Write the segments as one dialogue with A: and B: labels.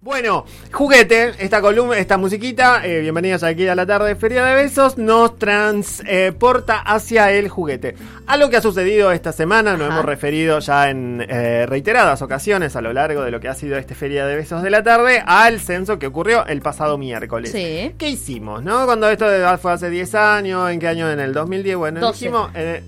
A: Bueno, juguete, esta columna, esta musiquita, eh, bienvenidos aquí a la tarde Feria de Besos, nos transporta hacia el juguete. Algo que ha sucedido esta semana, nos
B: Ajá.
A: hemos referido ya en eh, reiteradas ocasiones a lo largo de lo que ha sido este Feria de Besos de la tarde, al censo que ocurrió el pasado miércoles.
B: Sí.
A: ¿Qué hicimos, no? Cuando esto de- fue hace 10 años, ¿en qué año? En el 2010, bueno,
B: 12.
A: dijimos... eh,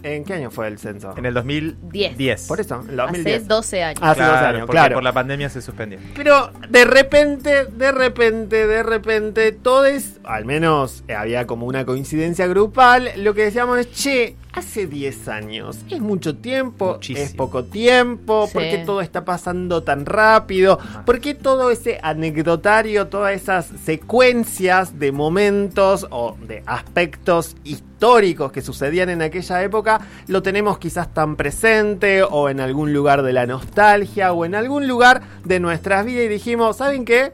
A: ¿En qué año fue el censo?
C: En el 2010.
A: Por eso, en el
B: Hace
A: 2010.
B: 12 años.
A: Hace
C: claro,
A: dos años,
C: porque
A: claro.
C: por la pandemia se suspendió.
A: Pero de repente, de repente, de repente, todos, al menos eh, había como una coincidencia grupal, lo que decíamos es, che, hace 10 años, es mucho tiempo,
C: Muchísimo.
A: es poco tiempo,
B: Sí.
A: ¿por qué todo está pasando tan rápido?
C: Ah.
A: ¿Por qué todo ese anecdotario, todas esas secuencias de momentos o de aspectos históricos que sucedían en aquella época, lo tenemos quizás tan presente o en algún lugar de la nostalgia o en algún lugar de nuestras vidas y dijimos, ¿saben qué?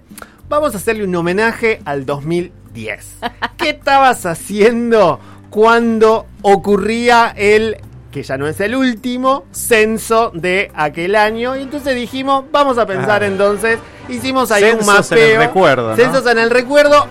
A: Vamos a hacerle un homenaje al 2010. ¿Qué estabas haciendo cuando ocurría el que ya no es el último censo de aquel año? Y entonces dijimos, vamos a pensar
C: Ah.
A: entonces, hicimos ahí un
C: Censos en el
A: mapeo.
C: recuerdo, ¿no?
A: Censos en el recuerdo,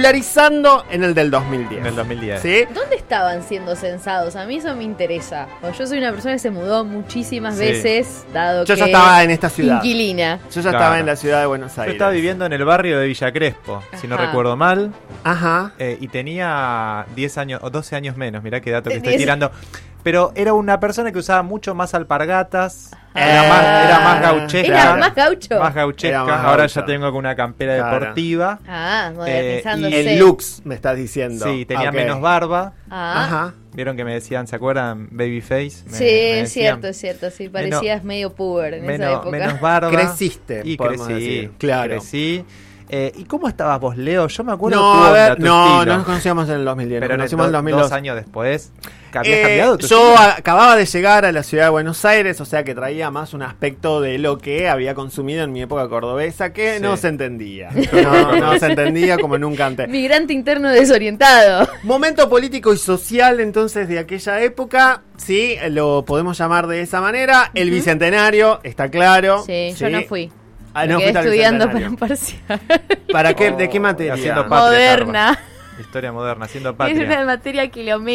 A: particularizando en el del 2010.
C: En el 2010.
A: ¿Sí?
B: ¿Dónde estaban siendo censados? A mí eso me interesa. Porque yo soy una persona que se mudó muchísimas
C: Sí.
B: veces, dado
A: Yo
B: que
A: ya estaba en esta ciudad. Yo
B: inquilina.
A: ya
C: Claro.
A: estaba en la ciudad de Buenos
C: Yo
A: Aires.
C: estaba viviendo en el barrio de Villa Crespo, si no
B: Ajá.
C: recuerdo mal,
A: Ajá.
C: eh, y tenía 10 años o 12 años menos, mirá qué dato que estoy
B: Diez.
C: tirando. Pero era una persona que usaba mucho más alpargatas,
A: Ah.
C: era más, era más gauchesca,
B: Era más gaucho.
C: más gauchesca.
A: Era más
C: Ahora
A: gaucho.
C: ya tengo una campera
A: Claro.
C: deportiva,
B: Ah, modernizándose.
C: Sí.
A: Eh, El Lux, me estás diciendo.
C: sí, tenía
A: Ok.
C: menos barba.
B: Ah.
A: Ajá.
C: Vieron que me decían, ¿se acuerdan? Babyface. Me-
B: Sí,
C: me
B: es
C: decían,
B: cierto, es cierto. Sí, parecías medio puber en esa
C: Menos,
B: época.
C: menos barba.
A: Creciste,
C: Y
A: podemos
C: crecí,
A: decir. Claro.
C: crecí. Eh, ¿Y cómo estabas vos, Leo? Yo me acuerdo
A: No,
C: tu
A: a
C: onda,
A: ver,
C: tu
A: no,
C: estilo.
A: no nos conocíamos en el 2010,
C: Pero
A: nos
C: en el
A: conocimos en el
C: do-
A: 2002.
C: dos años después, ¿ca- ¿habías
A: Eh,
C: cambiado tu
A: yo
C: estilo?
A: a- acababa de llegar a la ciudad de Buenos Aires, o sea que traía más un aspecto de lo que había consumido en mi época cordobesa que
C: Sí.
A: no se entendía. No, no se entendía como nunca antes.
B: Migrante interno desorientado.
A: Momento político y social entonces de aquella época, sí, lo podemos llamar de esa manera. El bicentenario, está claro.
B: Sí, yo no fui.
A: Ah,
B: Me
A: no
B: quedé
A: fuiste al
B: estudiando para
A: bicentenario.
B: un parcial.
A: ¿Para qué?
C: Oh,
A: ¿De qué materia?
C: haciendo pa- Patria
B: Moderna.
C: Historia moderna, haciendo
B: Es
C: patria.
B: una materia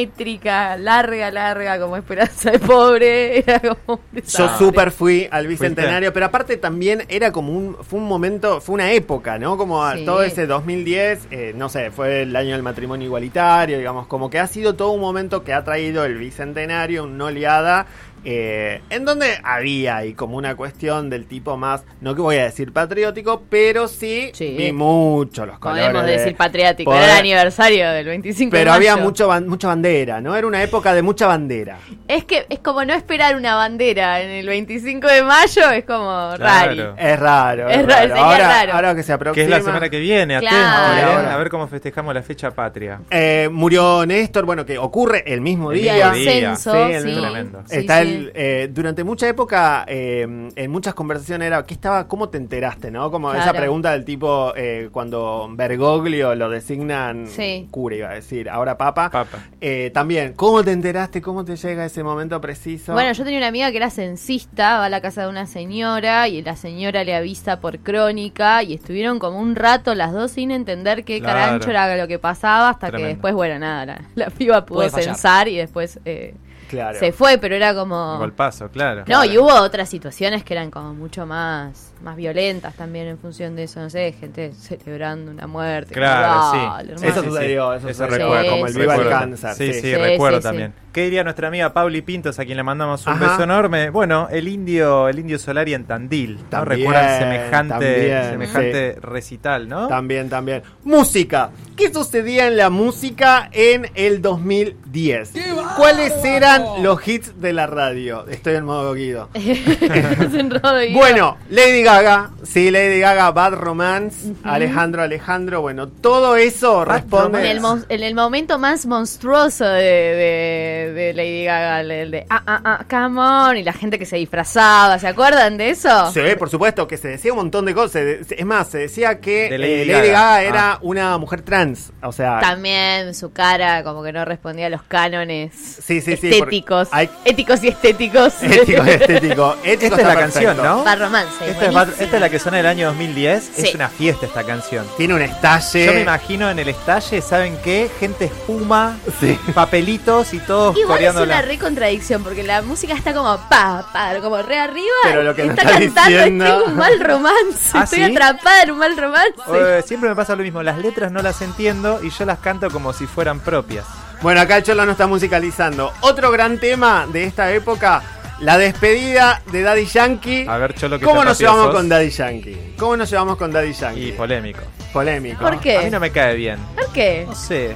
B: kilométrica, larga, larga, como esperanza de pobre. Era como un
A: Yo
C: Ah,
B: desastre.
A: súper fui al Bicentenario, pero aparte también era como un, fue un momento, fue una época, ¿no? Como a
B: Sí.
A: todo ese 2010, eh, no sé, fue el año del matrimonio igualitario, digamos, como que ha sido todo un momento que ha traído el Bicentenario, una oleada, eh, en donde había y como una cuestión del tipo más, no que voy a decir patriótico, pero sí,
B: Sí.
A: vi mucho los colores.
B: Podemos
A: de-
B: decir patriático.
A: poder-
B: Era el aniversario del 25 de
A: Pero había
B: mayo.
A: mucho ban- mucha bandera, ¿no? Era una época de mucha bandera.
B: Es que es como no esperar una bandera en el 25 de mayo, es como raro.
C: Claro.
A: Es raro.
B: Es raro, sería
A: ahora,
B: raro.
A: ahora que se aproxima.
C: que es la semana que viene,
B: Claro.
C: atento, ¿eh?
A: Ahora.
C: a ver cómo festejamos la fecha patria.
A: Eh, murió Néstor, bueno, que ocurre el mismo
C: El
A: día.
C: mismo
B: el
C: día.
B: censo,
A: Sí, el
B: sí.
C: tremendo.
B: Sí,
A: Está
B: sí.
A: el, eh, durante mucha época, eh, en muchas conversaciones era, ¿qué estaba, ¿cómo te enteraste? no Como esa
B: Claro.
A: pregunta del tipo, eh, cuando Bergoglio lo designan
B: Sí.
A: cura, iba a decir, ahora papa.
C: Papa.
A: Eh, también, ¿cómo te enteraste? ¿Cómo te llega ese momento preciso?
B: Bueno, yo tenía una amiga que era censista, va a la casa de una señora y la señora le avisa por crónica y estuvieron como un rato las dos sin entender qué
C: Claro.
B: carancho era lo que pasaba hasta
C: Tremendo.
B: que después, bueno, nada, la, la piba pudo
D: Puede fallar.
B: censar y después eh,
A: claro.
B: se fue, pero era como...
C: Golpazo, claro.
B: No, y hubo otras situaciones que eran como mucho más, más violentas también en función de eso, no sé, gente celebrando una muerte.
C: Claro,
B: Este, Dale,
C: sí.
B: hermano.
A: Eso sucedió, eso
C: Eso
A: sucedió,
C: recuerdo.
B: como el
A: Viva el
C: recuerdo.
A: Cáncer,
C: Sí,
A: sí.
C: sí,
B: Sí,
C: recuerdo
B: sí, sí.
C: también. ¿Qué diría nuestra amiga Pauli Pintos, a quien le mandamos un
A: Ajá.
C: beso enorme? Bueno, el indio, el indio Solari en Tandil. ¿no?
A: También,
C: Recuerdan semejante,
A: también,
C: semejante recital, ¿no?
A: También, también. Música. ¿Qué sucedía en la música en el 2010? ¿Cuáles eran los hits de la radio? Estoy en modo guido.
B: Estás en
C: Eh,
B: Rodrigo.
A: Bueno, Lady Gaga, sí, Lady Gaga, Bad Romance, Alejandro Alejandro, bueno, todo eso
C: Bad
B: En
A: responde.
B: el, mon- en el momento más monstruoso de, de- de Lady Gaga, el de ah, ah, ah, come on, y la gente que se disfrazaba, ¿se acuerdan de eso?
A: Se ve, por supuesto, que se decía un montón de cosas. Se- Es más, se decía que eh,
C: De
A: Lady,
C: Lady
A: Gaga,
C: Gaga Ah.
A: era una mujer trans. O sea,
B: También su cara como que no respondía a los cánones
A: Sí, sí, sí,
B: éticos.
A: Hay-
B: Éticos y estéticos.
A: Ético, estético. Ético está
C: Esta es la
A: perfecto.
C: canción, ¿no?
B: Para romance.
A: Este
C: Esta es,
B: buenísimo.
C: Bat- esta es la que suena del año 2010.
B: Sí.
C: Es una fiesta esta canción.
A: Tiene un estalle.
C: Yo me imagino en el estalle, ¿saben qué? Gente espuma,
A: Sí.
C: papelitos y todos
B: Igual es una
C: coreándola.
B: re contradicción, porque la música está como pa, pa, como re arriba.
A: Pero lo que
B: y
A: nos
B: está,
A: está
B: cantando,
A: diciendo-
B: tengo un mal romance,
C: ¿Ah,
B: estoy
C: sí?
B: atrapada en un mal romance.
C: Eh, siempre me pasa lo mismo, las letras no las entiendo y yo las canto como si fueran propias.
A: Bueno, acá el Cholo no está musicalizando. Otro gran tema de esta época, la despedida de Daddy Yankee.
C: A ver, Cholo, que
A: ¿Cómo
C: tan
A: nos
C: rápido
A: llevamos
C: sos.
A: con Daddy Yankee? ¿Cómo nos llevamos con Daddy
C: Y
A: Yankee?
C: polémico.
A: Polémico.
B: ¿Por qué?
C: A mí no me cae bien.
B: ¿Por qué?
C: No sé.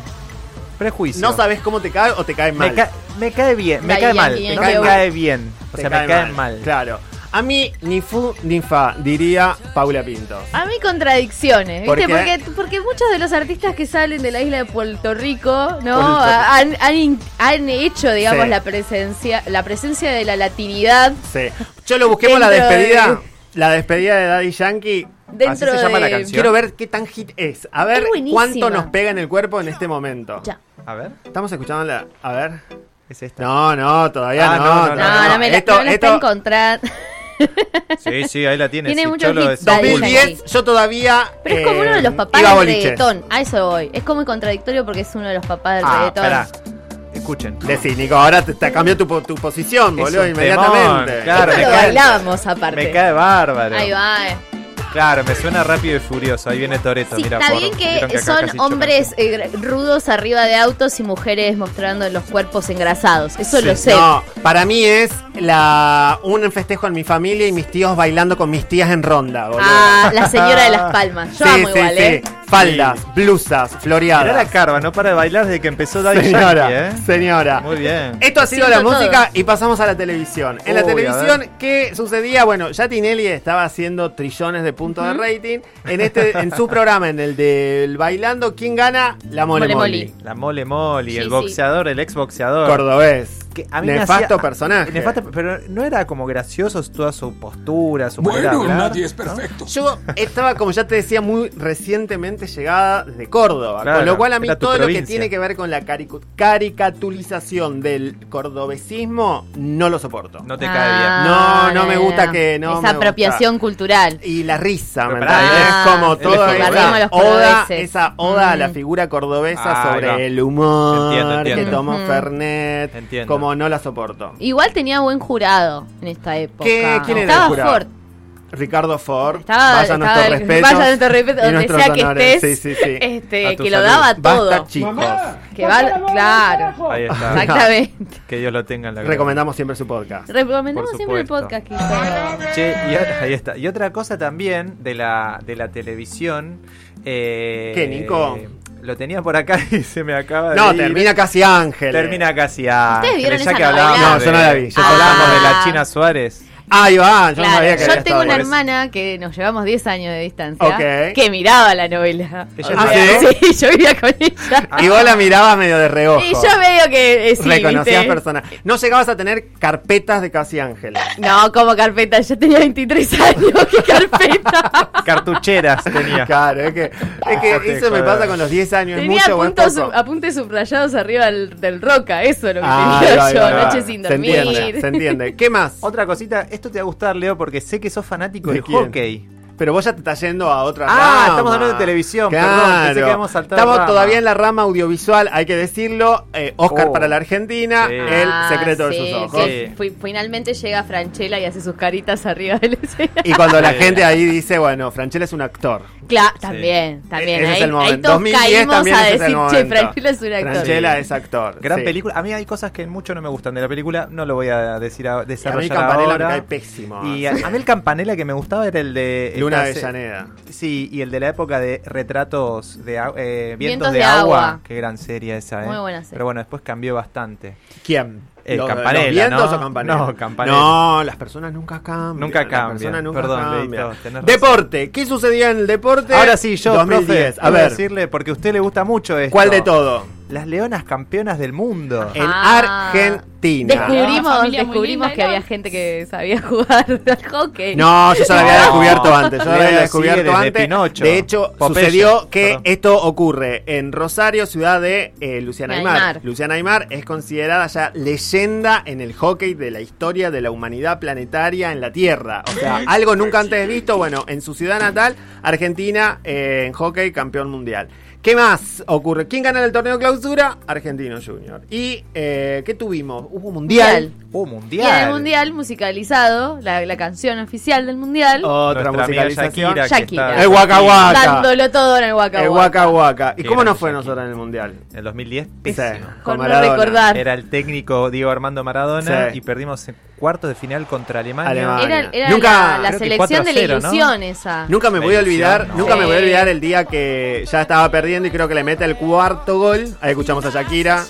C: Prejuicio.
A: ¿No sabes cómo te cae o te cae mal?
C: me, ca- me cae bien, me
B: Cae
C: cae
B: bien,
C: mal.
B: bien,
C: no
A: cae
C: me
A: mal.
C: cae bien. O
A: Te
C: sea, me caen mal.
A: Claro. A mí ni fu ni fa, diría Paula Pinto.
B: A mí contradicciones,
A: ¿Por
B: ¿viste?
A: qué?
B: Porque, porque muchos de los artistas que salen de la isla de Puerto Rico, ¿no?
A: Puerto Rico.
B: Han, han in- han hecho, digamos,
A: Sí.
B: la presencia la presencia de la latinidad
A: Sí. Cholo, busquemos la
B: Dentro de-
A: despedida. La despedida de Daddy Yankee.
B: dentro
C: se
B: de...
C: llama la canción.
A: Quiero ver qué tan hit es. A ver
B: Es buenísima.
A: cuánto nos pega en el cuerpo en este momento.
B: Ya.
C: A ver,
A: Estamos escuchando la. A ver.
C: es esta.
A: No, no, todavía
C: Ah,
A: no.
C: no, no,
B: No, no, me la,
A: Esto-
B: no la
A: esto-
B: está encontrando.
C: Sí, sí, ahí la tienes.
B: Tiene
C: Sí,
B: muchos
C: Cholo
B: hits,
C: es
B: Daddy
C: un
A: 2010, yo todavía.
B: Pero es como
A: eh,
B: uno de los papás
A: iba a
B: del
A: boliches.
B: reggaetón. A eso voy. Es como contradictorio porque es uno de los papás del
C: Ah,
B: reggaetón.
C: pará. Escuchen.
A: Decí, Nico, ahora te, te cambió tu, po- tu posición,
C: Es
A: boludo,
C: un
A: inmediatamente.
C: temón, claro.
B: Esto
C: me
B: lo
C: cae-
B: bailábamos aparte.
C: Me cae bárbaro.
B: Ahí va. eh.
C: Claro, me suena rápido y furioso. Ahí viene Toreto.
B: Sí,
C: mira,
B: está bien que, son hombres eh, rudos arriba de autos y mujeres mostrando los cuerpos engrasados. Eso lo sé.
A: No, para mí es la un festejo en mi familia y mis tíos bailando con mis tías en ronda, boludo.
B: Ah, la señora de las palmas. Yo
A: sí,
B: amo
A: sí,
B: igual,
A: sí.
B: ¿eh?
A: Faldas,
C: Sí.
A: blusas,
C: Mirá la
A: floreadas.
C: carva, no para de bailar desde que empezó Daddy
A: Señora,
C: Yankee, ¿eh?
A: señora.
C: Muy bien.
B: Eh.
A: Esto ha sido
B: Siento
A: la música y pasamos a la televisión. En la
C: Uy, a
A: televisión, ¿qué sucedía? Bueno, ya Tinelli estaba haciendo trillones de puntos de rating. En este, en su programa, en el del Bailando, ¿quién gana? La Mole
B: Mole
A: Moli.
B: Moli.
C: La mole mole,
B: Sí, sí.
C: el boxeador, el ex boxeador.
A: Cordobés.
C: Que a mí me
A: nefasto
C: hacía-
A: personaje.
C: Nefasto, pero no era como gracioso toda su postura, su manera de
D: Bueno,
C: hablar,
D: nadie es
C: ¿no?
D: perfecto.
A: Yo estaba, como ya te decía, muy recientemente llegada de Córdoba. con
C: Claro,
A: lo cual a mí
C: era tu
A: todo lo que
C: provincia.
A: tiene que ver con la caricu- caricaturización del cordobesismo no lo soporto.
C: No te
B: Ah,
A: No, no me gusta que- no me
B: Esa
A: gusta.
B: apropiación cultural.
A: Y la risa, ¿me
C: Pero pará,
A: entendés?
B: ah,
A: Es como
B: el
A: toda
B: esquivarismo de
A: esa
B: los
A: oda,
B: cordobeses.
A: esa oda a la
B: Mm.
A: figura cordobesa
C: Ah, ahí va.
A: sobre el humor
C: Entiendo, entiendo.
A: que tomó
B: Ujú.
A: Fernet.
C: Entiendo.
A: Como no la soporto.
B: Igual tenía buen jurado en esta época.
A: ¿Qué? ¿Quién era el
B: Estaba
A: jurado?
B: Ford.
A: Ricardo Ford,
B: Estaba,
A: vaya
B: estaba
A: nuestro
B: el-
A: respeto.
B: vaya nuestro respeto,
A: y
B: donde
A: nuestros
B: sea que
A: honores.
B: estés,
A: Sí, sí, sí.
B: este,
C: A tu
B: que lo
C: salud.
B: daba todo.
A: Basta, chicos.
B: que va, claro,
C: Ahí está.
B: exactamente.
C: Que Dios lo tenga en la gloria.
A: Recomendamos siempre su podcast.
B: Recomendamos
C: Por
B: siempre el
C: supuesto.
B: podcast que hizo.
C: Che, y o- ahí está. Y otra cosa también de la, de la televisión. Eh,
A: ¿Qué, Nico?
C: Lo tenía por acá y se me acaba de.
A: No,
C: ir.
A: termina casi Ángel.
C: Termina casi a.
B: ¿Ustedes vieron
C: ya
B: esa
C: que hablábamos
B: novela?
A: No, yo no la vi, yo
C: ya hablábamos
B: tampoco.
C: de
B: Ah.
C: la China Suárez.
A: Ahí va, yo no
B: Claro,
A: sabía que había
B: yo tengo
A: estado
B: una
A: por eso.
B: hermana que nos llevamos 10 años de distancia
A: Ok.
B: que miraba la novela.
C: Ella
B: O
A: no
B: sea,
A: la
B: sí, yo vivía con ella.
A: Ah, Y vos la mirabas medio de reojo.
B: Y yo medio que eh, sí,
A: Reconocías
B: ¿viste?
A: personas. No llegabas a tener carpetas de casi Ángel.
B: No, como carpeta, yo tenía 23 años, qué carpeta.
C: Cartucheras tenía.
A: Claro, es que, es que
C: Joder,
A: eso me
C: joder.
A: pasa con los 10 años.
B: Tenía
A: es mucho o es
B: puntos,
A: poco.
B: apuntes subrayados arriba del, del roca, eso es lo que
A: Ah, ahí va,
B: tenía
A: ahí
B: yo,
A: va, ahí va.
B: noches sin
A: Se
B: dormir.
A: entiende, se entiende. ¿Qué más?
C: Otra cosita, esto te va a gustar, Leo, porque sé que sos fanático
A: ¿De
C: del
A: quién?
C: hockey.
A: Pero vos ya te estás yendo a otra
C: Ah,
A: rama.
C: estamos hablando de televisión,
A: Claro.
C: perdón, pensé que habíamos saltado
A: Estamos
C: rama.
A: todavía en la rama audiovisual, hay que decirlo. Eh, Oscar
C: Oh.
A: para la Argentina,
C: Sí.
A: El
B: Ah,
A: secreto
B: sí,
A: de sus ojos.
B: que
C: Sí.
B: fi- finalmente llega Franchella y hace sus caritas arriba del escenario.
A: Y cuando la
C: Sí.
A: gente ahí dice, bueno, Franchella es un actor.
B: Claro, también,
A: E-, Ese
B: también.
A: es el
B: ahí, ahí
A: momento.
B: todos
A: 2010
B: caímos
A: también
B: a
A: ese es el
B: decir, che,
A: momento.
B: Franchella es un actor.
A: Franchella
C: Sí.
A: es actor.
C: Gran
A: sí.
C: película. A mí hay cosas que mucho no me gustan de la película, no lo voy a decir a,
A: Y A mí
C: desarrollar
A: Campanella
C: ahora.
A: me cae pésimo.
C: Y eh, a, a mí el campanela que me gustaba era el de
A: Luna
C: esta se-
A: Avellaneda.
C: Sí, y el de la época de retratos de au- eh, vientos,
B: Vientos
C: de,
B: de
C: agua.
B: agua.
C: Qué gran serie esa, ¿eh?
B: Muy buena serie.
C: Pero bueno, después cambió bastante.
A: ¿Quién?
C: Eh,
A: ¿Los-
C: Campanella,
A: los vientos
C: ¿no?
A: o Campanella?
C: No, Campanella.
A: No, las personas nunca cambian.
C: Nunca
A: las
C: cambian,
A: personas nunca
C: perdón,
A: cambian.
C: Leito, tenés razón.
A: Deporte. ¿Qué sucedía en el deporte?
C: Ahora sí, yo,
A: 2010.
C: profe,
A: a
C: quiero
A: ver,
C: decirle, porque a usted le gusta mucho esto.
A: ¿cuál de todo? Eh.
C: Las leonas campeonas del mundo.
A: En
B: Ah.
A: Argentina.
B: Descubrimos,
D: familia muy
B: descubrimos
D: linda,
B: que
D: ¿no?
B: había gente que sabía jugar al hockey.
A: No, yo se lo había
C: No.
A: descubierto antes. Yo lo
C: Leo la
A: había
C: sigue
A: descubierto
C: desde
A: antes.
C: Pinocho.
A: De hecho,
C: Popeye.
A: sucedió que
C: Perdón.
A: esto ocurre en Rosario, ciudad de eh, Luciana Aymar.
B: Aymar.
A: Luciana Aymar es considerada ya leyenda en el hockey de la historia de la humanidad planetaria en la Tierra. O sea, algo nunca antes visto. Bueno, en su ciudad natal, Argentina, eh, en hockey, campeón mundial. ¿Qué más ocurre? ¿Quién gana el torneo clausura? Argentino Junior. ¿Y eh, qué tuvimos? Hubo mundial.
C: Uh,
B: Y
C: mundial.
B: en el mundial musicalizado, la, la canción oficial del mundial,
A: Otra
C: Nuestra amiga
A: musicalización.
C: Shakira. que
B: Shakira.
C: está-
A: El Waka Oh, Waka.
B: dándolo todo en el Waka
A: El Waka
B: Waka.
A: Waka. ¿Y
C: Qué
A: cómo nos
C: grande
A: fue
C: Shakira.
A: nosotros en el mundial?
C: En el 2010,
A: Sí,
C: pésimo.
B: Con no
A: Maradona.
B: recordar.
C: Era el técnico Diego Armando Maradona
A: Sí.
C: y perdimos en cuartos de final contra Alemania.
A: Alemania.
B: Era, era
A: Nunca-
B: la- la,
C: creo que
B: selección de la
C: 4 a 0, ¿no?
B: ilusión esa.
A: Nunca me
C: La
A: voy a
C: ilusión,
A: olvidar,
C: ¿no?
A: nunca me
B: Sí.
A: voy a olvidar el día que ya estaba perdiendo y creo que le mete el cuarto gol. Ahí escuchamos a Shakira.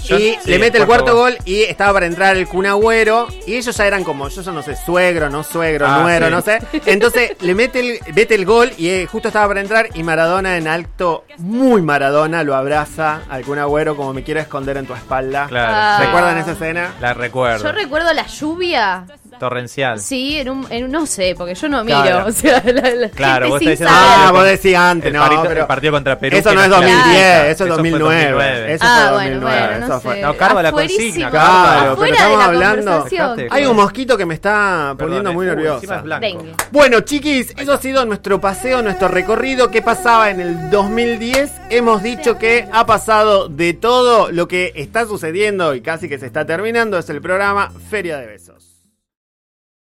C: Sí. Yo-
A: Y
C: sí,
A: le mete el cuarto gol y estaba para entrar el Kun Agüero y ellos ya eran como, yo ya no sé, suegro, no suegro,
C: Ah,
A: nuero,
C: sí.
A: no sé. Entonces le mete el, mete el gol y eh, justo estaba para entrar y Maradona en alto, muy Maradona, lo abraza al Kun Agüero como me quiero esconder en tu espalda.
C: Claro. sí.
A: ¿Recuerdan esa escena?
C: La recuerdo.
B: Ah. Yo recuerdo la lluvia.
C: Torrencial.
B: Sí, en un, en un- no sé, porque yo no miro.
A: Claro.
B: O sea, la, la
C: Claro,
B: gente
C: vos
B: sin
C: estás diciendo-
B: saber.
A: Ah,
C: Ah,
A: vos
C: con-
A: decís antes,
C: El,
A: no,
C: parito-
A: pero
C: el partido contra Perú.
A: eso
C: que
A: no es
C: era
A: 2010,
C: clarita.
A: eso es
C: fue
A: 2009.
C: 2009.
A: Eso
B: Ah,
A: fue
B: bueno,
A: 2009,
B: bueno, no
A: eso fue.
B: sé.
C: No, Carva la
B: Afuerísimo.
C: consigna,
A: Carva. Claro, pero
B: Afuera de
A: estamos
B: la
A: hablando-
B: conversación.
C: Dejate,
A: Hay un mosquito que me está poniendo
C: Perdón,
A: muy
C: eh. Uh,
A: nervioso.
C: encima es blanco.
B: Dengue.
A: Bueno, chiquis, eso ha sido nuestro paseo, nuestro recorrido. ¿Qué pasaba en el 2010? Hemos dicho que ha pasado de todo. Lo que está sucediendo y casi que se está terminando es el programa Feria de Besos.